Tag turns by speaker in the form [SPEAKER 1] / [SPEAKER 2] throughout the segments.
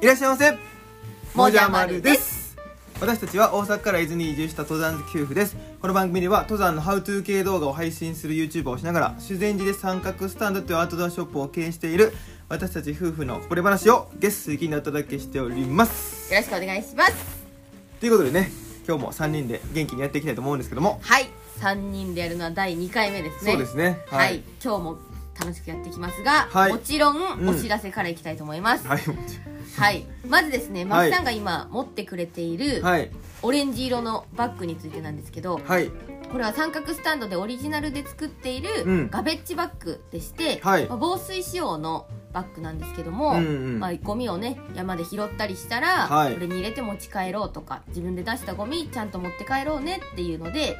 [SPEAKER 1] いらっしゃいませ
[SPEAKER 2] もじゃまるです
[SPEAKER 1] 私たちは大阪から伊豆に移住した登山好き夫婦ですこの番組では登山のハウトゥー系動画を配信する YouTuber をしながら修善寺で三角スタンドというアウトドアショップを経営している私たち夫婦のこぼれ話を月水金でお届けしております
[SPEAKER 2] よろしくお願いします
[SPEAKER 1] ということでね今日も3人で元気にやっていきたいと思うんですけども、
[SPEAKER 2] はい3人でやるのは第2回目ですね
[SPEAKER 1] そうですね
[SPEAKER 2] はい、今日も楽しくやっていきますが、
[SPEAKER 1] はい
[SPEAKER 2] もちろん
[SPEAKER 1] ん
[SPEAKER 2] お知らせからいきたいと思います、
[SPEAKER 1] はい
[SPEAKER 2] はいまずですね
[SPEAKER 1] は
[SPEAKER 2] ま
[SPEAKER 1] い
[SPEAKER 2] っさんが今持ってくれている
[SPEAKER 1] はい
[SPEAKER 2] オレンジ色のバッグについてなんですけど、
[SPEAKER 1] はい
[SPEAKER 2] これは三角スタンドでオリジナルで作ってい
[SPEAKER 1] うん
[SPEAKER 2] るガベッジバッグでして、
[SPEAKER 1] はい
[SPEAKER 2] まあ防水仕様のバッグなんですけども、
[SPEAKER 1] うんうん
[SPEAKER 2] まあ、ゴミをね山で拾ったりしたら、
[SPEAKER 1] はい
[SPEAKER 2] これに入れて持ち帰ろうとか自分で出したゴミちゃんと持って帰ろうねっていうので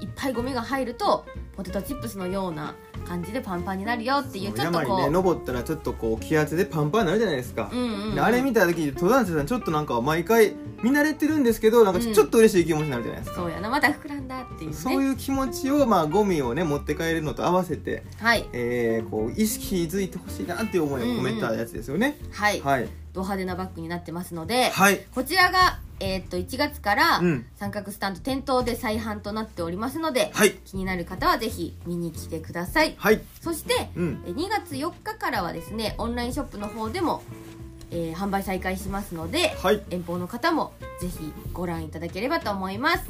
[SPEAKER 2] いっぱいゴミが入るとポテトチップスのような感じでパンパンになるよっていうちょっと
[SPEAKER 1] 山に
[SPEAKER 2] こ
[SPEAKER 1] ね
[SPEAKER 2] う、
[SPEAKER 1] 登ったらちょっとこう気圧でパンパンになるじゃないですか、
[SPEAKER 2] うんうんうん
[SPEAKER 1] あれ見た時に登山者さんちょっとなんか毎回見慣れてるんですけどなんかち
[SPEAKER 2] う
[SPEAKER 1] ょ
[SPEAKER 2] ん
[SPEAKER 1] ちょっと嬉しい気持ちになるじゃないですか、
[SPEAKER 2] そうやなまた膨らんだっていうね
[SPEAKER 1] そういう気持ちをまあゴミをね持って帰るのと合わせて、
[SPEAKER 2] はい
[SPEAKER 1] えー、こう意識づいてほしいなっていう思いを込めたやつですよね、
[SPEAKER 2] はい、
[SPEAKER 1] はい
[SPEAKER 2] ド派手なバッグになってますので、
[SPEAKER 1] はい
[SPEAKER 2] こちらが、えーっと1月から
[SPEAKER 1] うん
[SPEAKER 2] 三角スタンド店頭で再販となっておりますので、
[SPEAKER 1] はい
[SPEAKER 2] 気になる方はぜひ見に来てください
[SPEAKER 1] はい
[SPEAKER 2] そして、
[SPEAKER 1] うん
[SPEAKER 2] え2月4日からはですねオンラインショップの方でも、えー販売再開しますので、
[SPEAKER 1] はい
[SPEAKER 2] 遠方の方もぜひご覧いただければと思います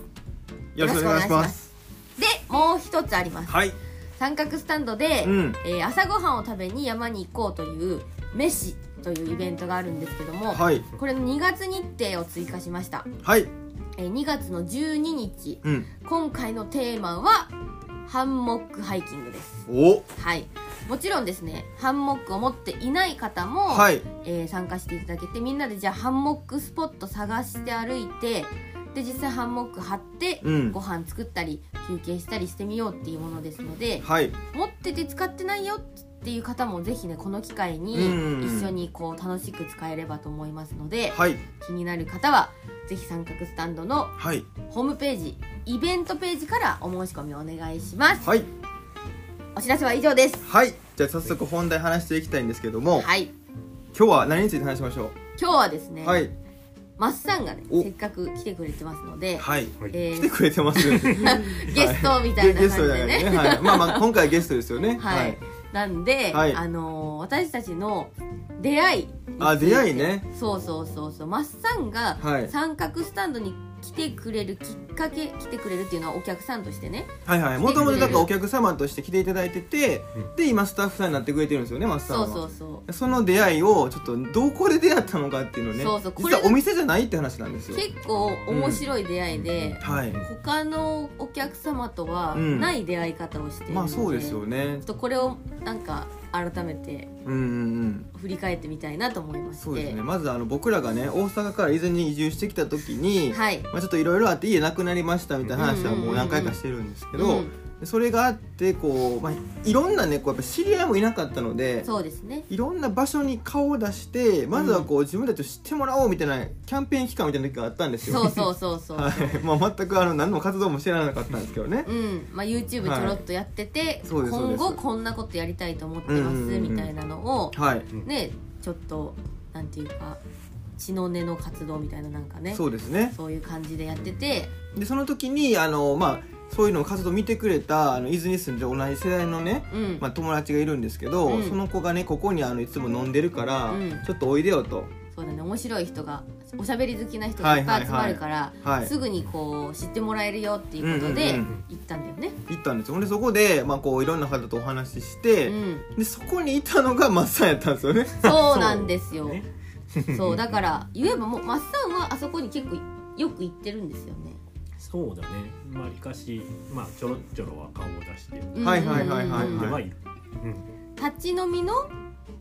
[SPEAKER 1] よろしくお願いします
[SPEAKER 2] でもう一つあります
[SPEAKER 1] はい
[SPEAKER 2] 三角スタンドで、
[SPEAKER 1] うん
[SPEAKER 2] えー朝ごはんを食べに山に行こうという飯というイベントがあるんですけども、
[SPEAKER 1] はい
[SPEAKER 2] これの2月日程を追加しました、
[SPEAKER 1] はい
[SPEAKER 2] えー2月の12日
[SPEAKER 1] うん
[SPEAKER 2] 今回のテーマはハンモックハイキングです
[SPEAKER 1] お
[SPEAKER 2] はいもちろんですねハンモックを持っていない方も、
[SPEAKER 1] はい
[SPEAKER 2] えー参加していただけてみんなでじゃあハンモックスポット探して歩いてで実際ハンモック張って、
[SPEAKER 1] うん
[SPEAKER 2] ご飯作ったり休憩したりしてみようっていうものですので、
[SPEAKER 1] はい
[SPEAKER 2] 持ってて使ってないよっていう方もぜひねこの機会に
[SPEAKER 1] うん
[SPEAKER 2] 一緒にこう楽しく使えればと思いますので、
[SPEAKER 1] はい
[SPEAKER 2] 気になる方はぜひ三角スタンドの
[SPEAKER 1] はい
[SPEAKER 2] ホームページイベントページからお申し込みをお願いします
[SPEAKER 1] はい
[SPEAKER 2] お知らせは以上です
[SPEAKER 1] はいじゃあ早速本題話していきたいんですけども、
[SPEAKER 2] はい
[SPEAKER 1] 今日は何について話しましょ
[SPEAKER 2] 今日はですね、
[SPEAKER 1] うはい
[SPEAKER 2] マッサンがね
[SPEAKER 1] お
[SPEAKER 2] せっかく来てくれてますので、
[SPEAKER 1] はい
[SPEAKER 2] え
[SPEAKER 1] 来
[SPEAKER 2] ー
[SPEAKER 1] てくれてますよね
[SPEAKER 2] ゲストみた
[SPEAKER 1] はい
[SPEAKER 2] いな感じで
[SPEAKER 1] ゲゲストみたいな
[SPEAKER 2] ね
[SPEAKER 1] ねはいまあま あ今回はゲストですよね
[SPEAKER 2] はい、なんで、
[SPEAKER 1] はい
[SPEAKER 2] あのー私たちの出会いについて
[SPEAKER 1] あ出会いね
[SPEAKER 2] そうそうそうそうマッサンが
[SPEAKER 1] はい
[SPEAKER 2] 三角スタンドに来てくれるきっかけ、来てくれるっていうのはお客さんとしてね
[SPEAKER 1] はいはいもともとだからお客様として来ていただいてて
[SPEAKER 3] うん
[SPEAKER 1] で今スタッフさんになってくれてるんですよねマスさん
[SPEAKER 2] そ
[SPEAKER 1] は
[SPEAKER 2] うそうそう
[SPEAKER 1] その出会いをちょっとどこで出会ったのかっていうのをね
[SPEAKER 2] そうそうこ
[SPEAKER 1] 実
[SPEAKER 2] れ
[SPEAKER 1] はお店じゃないって話なんですよ
[SPEAKER 2] 結構面白い出会いで、
[SPEAKER 1] はい
[SPEAKER 2] 他のお客様とは
[SPEAKER 1] うん
[SPEAKER 2] ない出会い方をしているので、
[SPEAKER 1] まあそうですよね
[SPEAKER 2] ちょっとこれをなんか改めて
[SPEAKER 1] うんうんうん
[SPEAKER 2] 振り返ってみたいなと思いまして
[SPEAKER 1] そうですねまずあの僕らがね大阪から伊豆に移住してきた時に
[SPEAKER 2] はい
[SPEAKER 1] まあちょっといろいろあって家なくなりましたみたいな話は
[SPEAKER 2] うんうんう
[SPEAKER 1] も
[SPEAKER 2] んう
[SPEAKER 1] うん何回かしてるんですけ
[SPEAKER 2] う
[SPEAKER 1] ど
[SPEAKER 2] ん
[SPEAKER 1] でそれがあってこうまあいろんなねこうやっぱ知り合いもいなかったので
[SPEAKER 2] そうですね
[SPEAKER 1] いろんな場所に顔を出してまずはこう自分たちを知ってもらおうみたいなキャンペーン期間みたいな時があったんですよ
[SPEAKER 2] そうそうそうそう、
[SPEAKER 1] はい まあ、全くあの何も活動もしてなかったんですけどね
[SPEAKER 2] うんまあ、YouTube ちょろっとやってて、
[SPEAKER 1] そうですそう
[SPEAKER 2] 今
[SPEAKER 1] です
[SPEAKER 2] 後こんなことやりたいと思ってます
[SPEAKER 1] うんうんうん
[SPEAKER 2] みたいなのを
[SPEAKER 1] はい
[SPEAKER 2] ねちょっとなんていうか血の根の活動みたいななんかね
[SPEAKER 1] そうですね
[SPEAKER 2] そういう感じでやってて
[SPEAKER 1] でその時にあの、まあ、そういうのを活動見てくれたあの伊豆に住んで同じ世代のね、
[SPEAKER 2] うん、
[SPEAKER 1] まあ、友達がいるんですけど、
[SPEAKER 2] うん
[SPEAKER 1] その子がねここにあのいつも飲んでるから、
[SPEAKER 2] うん
[SPEAKER 1] ちょっとおいでよと
[SPEAKER 2] そうだね面白い人がおしゃべり好きな人がいっぱい集まるから、
[SPEAKER 1] はいはいはい
[SPEAKER 2] すぐにこう知ってもらえるよっていうことで
[SPEAKER 1] うんうん
[SPEAKER 3] うん
[SPEAKER 2] 行ったんだよね、
[SPEAKER 1] 行ったんですよほんでそこで、まあ、こういろんな方とお話しして、
[SPEAKER 2] うん
[SPEAKER 1] でそこにいたのがマ ッサンやったんですよね
[SPEAKER 2] そうなんですよ
[SPEAKER 3] ね
[SPEAKER 2] そうだから言えばもうマッサンはあそこに結構よく行ってるんですよね
[SPEAKER 3] そうだねまりかしまあちょろちょろは顔を出してで
[SPEAKER 1] はいはいはいはい
[SPEAKER 2] うんうんうんうん
[SPEAKER 3] はいる、うん、
[SPEAKER 2] 立ち飲みの、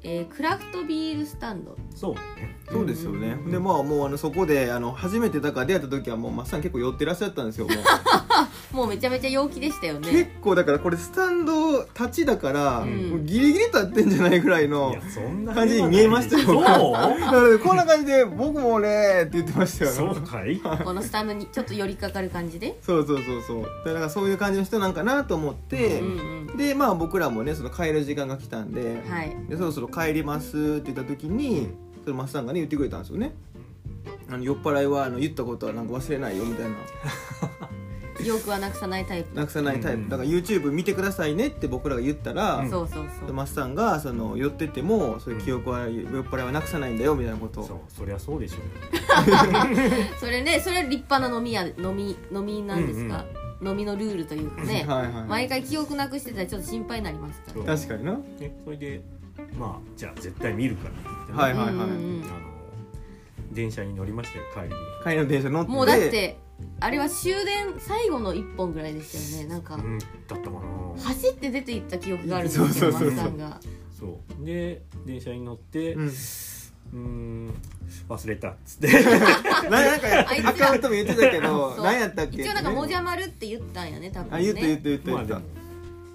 [SPEAKER 2] えークラフトビールスタンド
[SPEAKER 3] そうだね
[SPEAKER 1] そうですよね、
[SPEAKER 3] うん
[SPEAKER 1] でまあもうあのそこであの初めてだから出会った時はもうマッサン結構寄ってらっしゃったんですよもう
[SPEAKER 2] もうめちゃめちゃ陽気でしたよ ね
[SPEAKER 1] 結構だからこれスタンド立ちだから、
[SPEAKER 3] うん
[SPEAKER 1] もうギリギリ立ってんじゃないぐらい
[SPEAKER 3] い
[SPEAKER 1] の
[SPEAKER 3] やそんな
[SPEAKER 1] 感じに見えましたよ
[SPEAKER 3] そ
[SPEAKER 1] だからこんな感じで「僕もね」って言ってました
[SPEAKER 3] う
[SPEAKER 1] よ
[SPEAKER 3] そうかい
[SPEAKER 2] このスタンドにちょっと寄りかかる感じで
[SPEAKER 1] そうそうそうそうだからそういう感じの人なんかなと思って、
[SPEAKER 2] うんうん
[SPEAKER 1] で まあ僕らもねその帰る時間が来たんで,、
[SPEAKER 2] はい
[SPEAKER 1] でそろそろ帰りますって言った時にそれマスさんがね言ってくれたんですよねあの酔っ払いはあの言ったことはなんか忘れないよみたいな
[SPEAKER 2] 記憶はなくさないタイプ
[SPEAKER 1] なくさないタイ
[SPEAKER 3] うんう
[SPEAKER 1] プ
[SPEAKER 3] ん
[SPEAKER 1] だから YouTube 見てくださいねって僕らが言ったら、
[SPEAKER 3] うん
[SPEAKER 2] そうそうそう
[SPEAKER 1] マスさんがその寄っててもそういう記憶は酔っ払いはなくさないんだよみたいなこと
[SPEAKER 3] そう
[SPEAKER 1] を
[SPEAKER 3] そりゃそうでしょう
[SPEAKER 2] それねそれは立派な飲み屋飲み飲みなんですか、飲みのルールというかね
[SPEAKER 1] はいはい
[SPEAKER 2] 毎回記憶なくしてたらちょっと心配になりますから
[SPEAKER 3] そう
[SPEAKER 1] 確かにな
[SPEAKER 3] ねそれでまあじゃあ絶対見るからってね
[SPEAKER 1] はいはい
[SPEAKER 2] うんうん
[SPEAKER 3] あ
[SPEAKER 2] うん
[SPEAKER 3] の電車に乗りましたよ帰りに
[SPEAKER 1] 帰りの電車乗って
[SPEAKER 2] もうだってあれは終電最後の一本ぐらいでしたよねなんか
[SPEAKER 3] うんだったかな
[SPEAKER 2] 走って出て行った記憶があるんですよ
[SPEAKER 1] そうそうそうそう
[SPEAKER 2] 松さんが
[SPEAKER 3] そうで電車に乗って
[SPEAKER 1] う
[SPEAKER 3] うんーん忘れたっつって
[SPEAKER 1] ななん
[SPEAKER 2] あいつ
[SPEAKER 1] か
[SPEAKER 2] が
[SPEAKER 1] アカウントも言ってたけど
[SPEAKER 2] そう
[SPEAKER 1] 何やったっけ
[SPEAKER 2] 一応なん
[SPEAKER 1] って
[SPEAKER 2] か「
[SPEAKER 1] ね
[SPEAKER 2] もじゃまる」って言ったんやね多分ね
[SPEAKER 1] あ言って言って言って
[SPEAKER 3] まあ
[SPEAKER 1] 言っ
[SPEAKER 3] で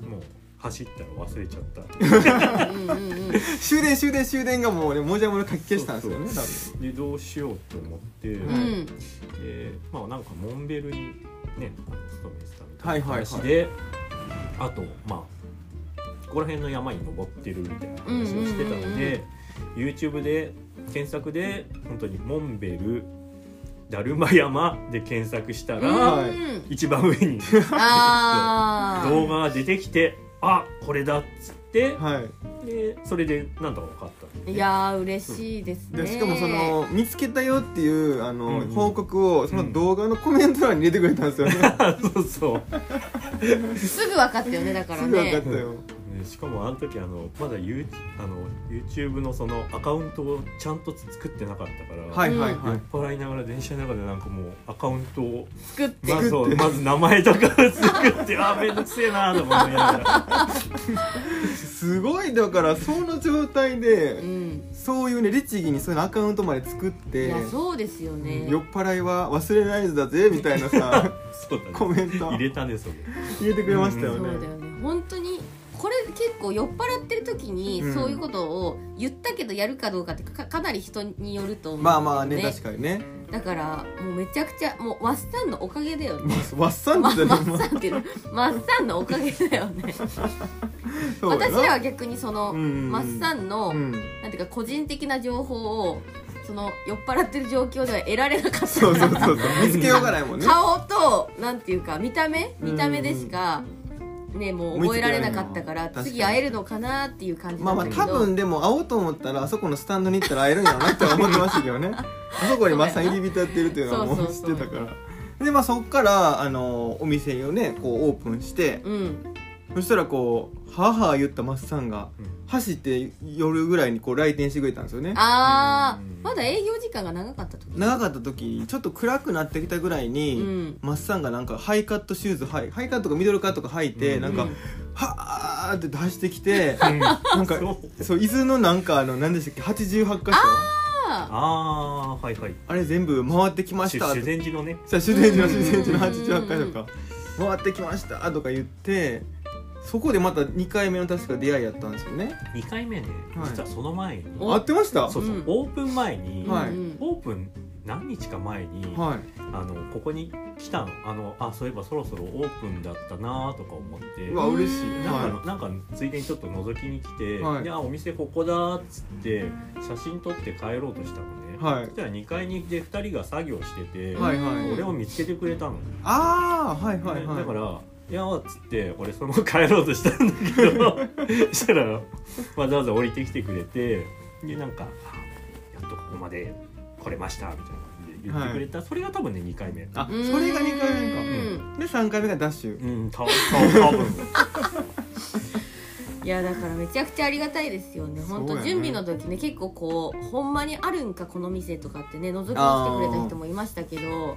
[SPEAKER 1] た
[SPEAKER 3] ももう走ったら忘れちゃった
[SPEAKER 2] うんうんうん
[SPEAKER 1] 終電終電終電がもうねもじゃもじゃ書き消したんですよね多
[SPEAKER 3] そ
[SPEAKER 1] 分
[SPEAKER 3] でどうしようと思って、
[SPEAKER 2] う
[SPEAKER 1] はい
[SPEAKER 2] ん
[SPEAKER 3] でまあなんかモンベルにねあの勤めてたみた
[SPEAKER 1] はいい
[SPEAKER 3] な
[SPEAKER 1] はいはい
[SPEAKER 3] 話で、あとまあここら辺の山に登ってるみたいな話をしてた
[SPEAKER 2] うんうんう
[SPEAKER 3] の
[SPEAKER 2] ん
[SPEAKER 3] で、YouTube で検索で本当にモンベルだるま山で検索した
[SPEAKER 2] う
[SPEAKER 3] ら、
[SPEAKER 1] はい
[SPEAKER 2] ん
[SPEAKER 3] 一番上に
[SPEAKER 2] あ
[SPEAKER 3] 動画が出てきてあこれだっつって、
[SPEAKER 1] はい
[SPEAKER 3] でそれでなんとか分かったん
[SPEAKER 2] ー
[SPEAKER 3] で
[SPEAKER 2] いやー嬉しいですね
[SPEAKER 1] でしかもその見つけたよっていうあの、
[SPEAKER 3] うんうん
[SPEAKER 1] 報告をその動画のコメント欄に入れてくれたんですよね、
[SPEAKER 3] そうそう
[SPEAKER 2] すぐ分かったよねだから
[SPEAKER 1] すぐ分かっ
[SPEAKER 2] ね
[SPEAKER 1] たよ、
[SPEAKER 3] ねしかもあの時あのまだ you あの YouTube のそのアカウントをちゃんと作ってなかったから、
[SPEAKER 1] はいはいはい、
[SPEAKER 3] 酔っ払いながら電車の中でなんかもうアカウントを
[SPEAKER 2] 作って
[SPEAKER 3] まず
[SPEAKER 1] 作って
[SPEAKER 3] まず名前とか作ってあーめんどくせえなーと思いながら
[SPEAKER 1] すごいだからその状態で、
[SPEAKER 2] うん
[SPEAKER 1] そういうね律儀にそういうのアカウントまで作っ
[SPEAKER 2] い
[SPEAKER 1] て
[SPEAKER 2] やそうですよね
[SPEAKER 1] 酔っ払いは忘れないだぜみたいな さ
[SPEAKER 3] そうだね
[SPEAKER 1] コメント
[SPEAKER 3] 入れたねそれ
[SPEAKER 1] 入れてくれましたよ
[SPEAKER 2] そうだ
[SPEAKER 1] ね、
[SPEAKER 2] よね本当にこれ結構酔っ払ってる時に
[SPEAKER 1] うん
[SPEAKER 2] そういうことを言ったけどやるかどうかってかかなり人によると思うんだ
[SPEAKER 1] ま
[SPEAKER 2] よ
[SPEAKER 1] あまあね確かにね
[SPEAKER 2] だからもうめちゃくちゃもうワッサンのおかげだよ ね
[SPEAKER 1] わっさん
[SPEAKER 2] ま
[SPEAKER 1] じゃな
[SPEAKER 2] マ
[SPEAKER 1] い
[SPEAKER 2] ッサンっていうのマッサンのおかげだよね
[SPEAKER 1] そうや
[SPEAKER 2] 私
[SPEAKER 1] な
[SPEAKER 2] らは逆にその
[SPEAKER 1] うんうんうん
[SPEAKER 2] マッサンの、
[SPEAKER 1] うん
[SPEAKER 2] なんていうか個人的な情報をその酔っ払ってる状況では得られなかった
[SPEAKER 1] そうそうそうそう見つけようがないもんね
[SPEAKER 2] 顔となんていうか見た目
[SPEAKER 1] うん
[SPEAKER 2] 見た目でしか、ね、もう覚えられなかったから
[SPEAKER 1] 見つけられない
[SPEAKER 2] 次会えるのかなっていう感じ
[SPEAKER 1] ま
[SPEAKER 2] な
[SPEAKER 1] あ
[SPEAKER 2] ん
[SPEAKER 1] まあ
[SPEAKER 2] だけど、
[SPEAKER 1] 多分でも会おうと思ったらあそこのスタンドに行ったら会えるんやろなって思ってましたけどねあそこにまさに入り浸ってるというのはもう知
[SPEAKER 2] そ
[SPEAKER 1] っ
[SPEAKER 2] うそうそ
[SPEAKER 1] て
[SPEAKER 2] う
[SPEAKER 1] たからでまあそっからあのお店をねこうオープンして
[SPEAKER 2] うん
[SPEAKER 1] そしたらこうはあはあ言ったマスさんが
[SPEAKER 3] うん
[SPEAKER 1] 走って夜ぐらいにこう来店してくれたんですよね
[SPEAKER 2] あー
[SPEAKER 3] うん
[SPEAKER 2] まだ営業時間が長かった時
[SPEAKER 1] 長かった時ちょっと暗くなってきたぐらいうに、
[SPEAKER 2] ん
[SPEAKER 1] マスさんがなんかハイカットシューズはいハイカットかミドルカットか履いて、
[SPEAKER 3] うん
[SPEAKER 1] なん
[SPEAKER 2] う
[SPEAKER 1] か
[SPEAKER 2] ん
[SPEAKER 1] はーって出してきて
[SPEAKER 3] あ
[SPEAKER 1] なんか
[SPEAKER 3] そう
[SPEAKER 1] そう伊豆のなんかあの何でしたっけ88箇所
[SPEAKER 2] あ
[SPEAKER 3] あーはいはい
[SPEAKER 1] あれ全部回ってきまし
[SPEAKER 3] 主
[SPEAKER 1] た
[SPEAKER 3] 主善寺のね
[SPEAKER 1] さあ修善寺の
[SPEAKER 2] うん
[SPEAKER 1] 修善寺の88箇所か回ってきましたとか言ってそこでまた2回目の確か出会いやったんですよね
[SPEAKER 3] 2回目ね
[SPEAKER 1] はい
[SPEAKER 3] 実はその前に、
[SPEAKER 2] お
[SPEAKER 1] 合ってました
[SPEAKER 3] そうそう、
[SPEAKER 2] うん
[SPEAKER 3] オープン前に、
[SPEAKER 2] ー
[SPEAKER 1] はい
[SPEAKER 2] うん
[SPEAKER 3] オープン何日か前に、
[SPEAKER 1] はい
[SPEAKER 3] あのここに来たのあのあそういえばそろそろオープンだったなとか思って
[SPEAKER 1] うわ嬉し
[SPEAKER 2] う
[SPEAKER 1] い
[SPEAKER 2] ん
[SPEAKER 3] なんか,、
[SPEAKER 1] は
[SPEAKER 3] なんかついでにちょっと覗きに来て、
[SPEAKER 1] はい
[SPEAKER 3] であお店ここだっつって写真撮って帰ろうとしたのね、
[SPEAKER 1] はい
[SPEAKER 3] そしたら2階にで2人が作業してて、
[SPEAKER 1] はいはい
[SPEAKER 2] うん
[SPEAKER 3] 俺を見つけてくれたの、
[SPEAKER 1] ああはいはい
[SPEAKER 3] ね
[SPEAKER 1] はい
[SPEAKER 3] だから「いや」っつって俺そのまま帰ろうとしたんだけど そしたらわざわざ降りてきてくれてでなんかあ「やっとここまで来れました」みたいなで言ってくれた、それが多分ね2回目。
[SPEAKER 1] あ
[SPEAKER 2] うん
[SPEAKER 1] それが2回目か
[SPEAKER 2] うん
[SPEAKER 1] で3回目がダッシュ
[SPEAKER 3] うん、た多分
[SPEAKER 2] いやだからめちゃくちゃありがたいですよね本
[SPEAKER 1] そう
[SPEAKER 2] 当
[SPEAKER 1] やね
[SPEAKER 2] 準備の時ね結構こうほんまにあるんかこの店とかってね覗きに来てくれた人もいましたけど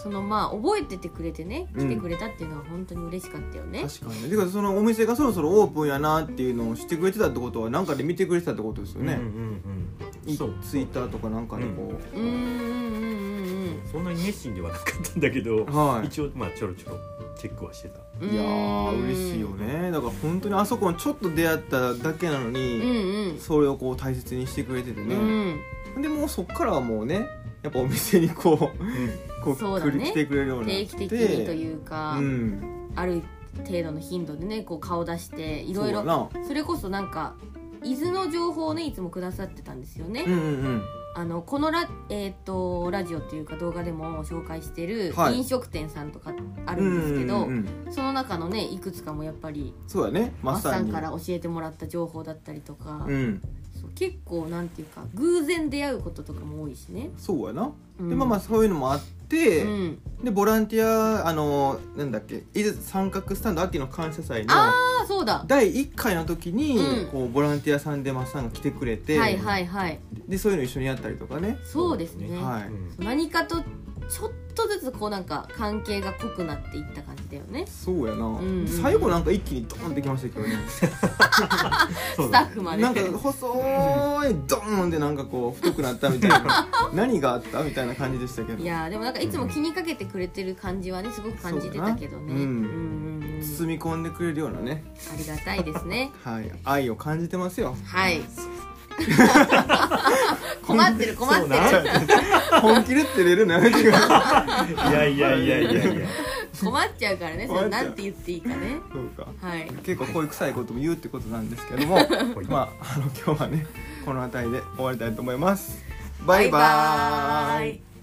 [SPEAKER 2] そのまあ覚えててくれてね来てくれたっていうのは本当に嬉しかったよね、
[SPEAKER 1] 確かにねてかそのお店がそろそろオープンやなっていうのをしてくれてたってことはなんかで見てくれてたってことですよ
[SPEAKER 3] うん
[SPEAKER 1] ね、
[SPEAKER 3] うんうん、
[SPEAKER 1] い
[SPEAKER 3] そう
[SPEAKER 1] ツイッターとかなんかでこ
[SPEAKER 2] うーんうんうん
[SPEAKER 3] そんなに熱心ではなかったんだけど
[SPEAKER 1] う、、はい
[SPEAKER 3] 一応まあちょろちょろチェックはしてた
[SPEAKER 2] うんうん
[SPEAKER 1] いやー嬉しいよねだから本当にあそこにちょっと出会っただけなの
[SPEAKER 2] うん
[SPEAKER 1] に、
[SPEAKER 2] うん
[SPEAKER 1] それをこう大切にしてくれてて
[SPEAKER 2] う
[SPEAKER 1] ね、
[SPEAKER 2] ん
[SPEAKER 1] でもうそっからはもうねやっぱお店に こうこう
[SPEAKER 2] そうだ
[SPEAKER 1] 来る
[SPEAKER 2] ね
[SPEAKER 1] 来てくれるようになって
[SPEAKER 2] 定期的にというか、
[SPEAKER 1] うん
[SPEAKER 2] ある程度の頻度でねこう顔出していろ
[SPEAKER 1] そ
[SPEAKER 2] い
[SPEAKER 1] う
[SPEAKER 2] ろ
[SPEAKER 1] やな
[SPEAKER 2] それこそなんか伊豆の情報をねいつもくださってたんですよね、
[SPEAKER 1] うんうん
[SPEAKER 2] あのこのラ,、えーっとラジオっていうか動画でも紹介してる
[SPEAKER 1] はい
[SPEAKER 2] 飲食店さんとかあ
[SPEAKER 1] あ
[SPEAKER 2] るんですけ
[SPEAKER 1] うん
[SPEAKER 2] ど、
[SPEAKER 1] うんうん、
[SPEAKER 2] その中のねいくつかもやっぱり
[SPEAKER 1] そうだね
[SPEAKER 2] マ
[SPEAKER 1] マ
[SPEAKER 2] ッ
[SPEAKER 1] ッサ
[SPEAKER 2] サ
[SPEAKER 1] ン
[SPEAKER 2] ン
[SPEAKER 1] に
[SPEAKER 2] から教えてもらった情報だったりとか、
[SPEAKER 1] うん
[SPEAKER 2] そう結構なんていうか偶然出会うこととかも多いしね。
[SPEAKER 1] そうやな、
[SPEAKER 2] うん
[SPEAKER 1] でまあまあそういうのもあって、
[SPEAKER 2] うん、
[SPEAKER 1] でボランティアあのなんだっけ伊豆三角スタンド秋の感謝祭の
[SPEAKER 2] ああそうだ
[SPEAKER 1] 第1回の時に、
[SPEAKER 2] うん
[SPEAKER 1] こうボランティアさんでマッサンが来てくれて、
[SPEAKER 2] はいはいはい
[SPEAKER 1] でそういうの一緒にやったりとかね、
[SPEAKER 2] そうですね、
[SPEAKER 1] は
[SPEAKER 3] う
[SPEAKER 1] い、
[SPEAKER 3] ん
[SPEAKER 2] 何かとちょっとずつこうなんか関係が濃くなっていった感じだよね
[SPEAKER 1] そうやな、
[SPEAKER 2] んうんうん
[SPEAKER 1] 最後なんか一気にドーンってきましたけどね
[SPEAKER 2] ス
[SPEAKER 3] そう
[SPEAKER 2] タ
[SPEAKER 3] だ
[SPEAKER 2] ッ
[SPEAKER 3] ね
[SPEAKER 2] フまで
[SPEAKER 1] なんか細いドーンでなんかこう太くなったみたい な何があったみたいな感じでしたけど
[SPEAKER 2] いやーでもなんかいつも気にかけてくれてる感じはねすごく感じてたけ
[SPEAKER 1] そうだな
[SPEAKER 2] どね
[SPEAKER 1] うん
[SPEAKER 2] うんうんうん
[SPEAKER 1] 包み込んでくれるようなね、
[SPEAKER 2] ありがたいで すね
[SPEAKER 1] はい、愛を感じてますよ
[SPEAKER 2] はい困ってる困って
[SPEAKER 3] そ
[SPEAKER 2] る
[SPEAKER 3] うな
[SPEAKER 1] 本気で照れるのやめてください
[SPEAKER 3] いやいやいやいやいや
[SPEAKER 2] 困っちゃうからねそ
[SPEAKER 1] 困
[SPEAKER 2] れ
[SPEAKER 1] っちゃう
[SPEAKER 2] なんて言っていいかね
[SPEAKER 1] そうか
[SPEAKER 2] はい
[SPEAKER 1] 結構恋臭いことも言うってことなんですけども
[SPEAKER 3] い
[SPEAKER 1] まああの今日はねこの辺りで終わりたいと思いますバイバ
[SPEAKER 2] バイバ
[SPEAKER 1] イ
[SPEAKER 2] ーイ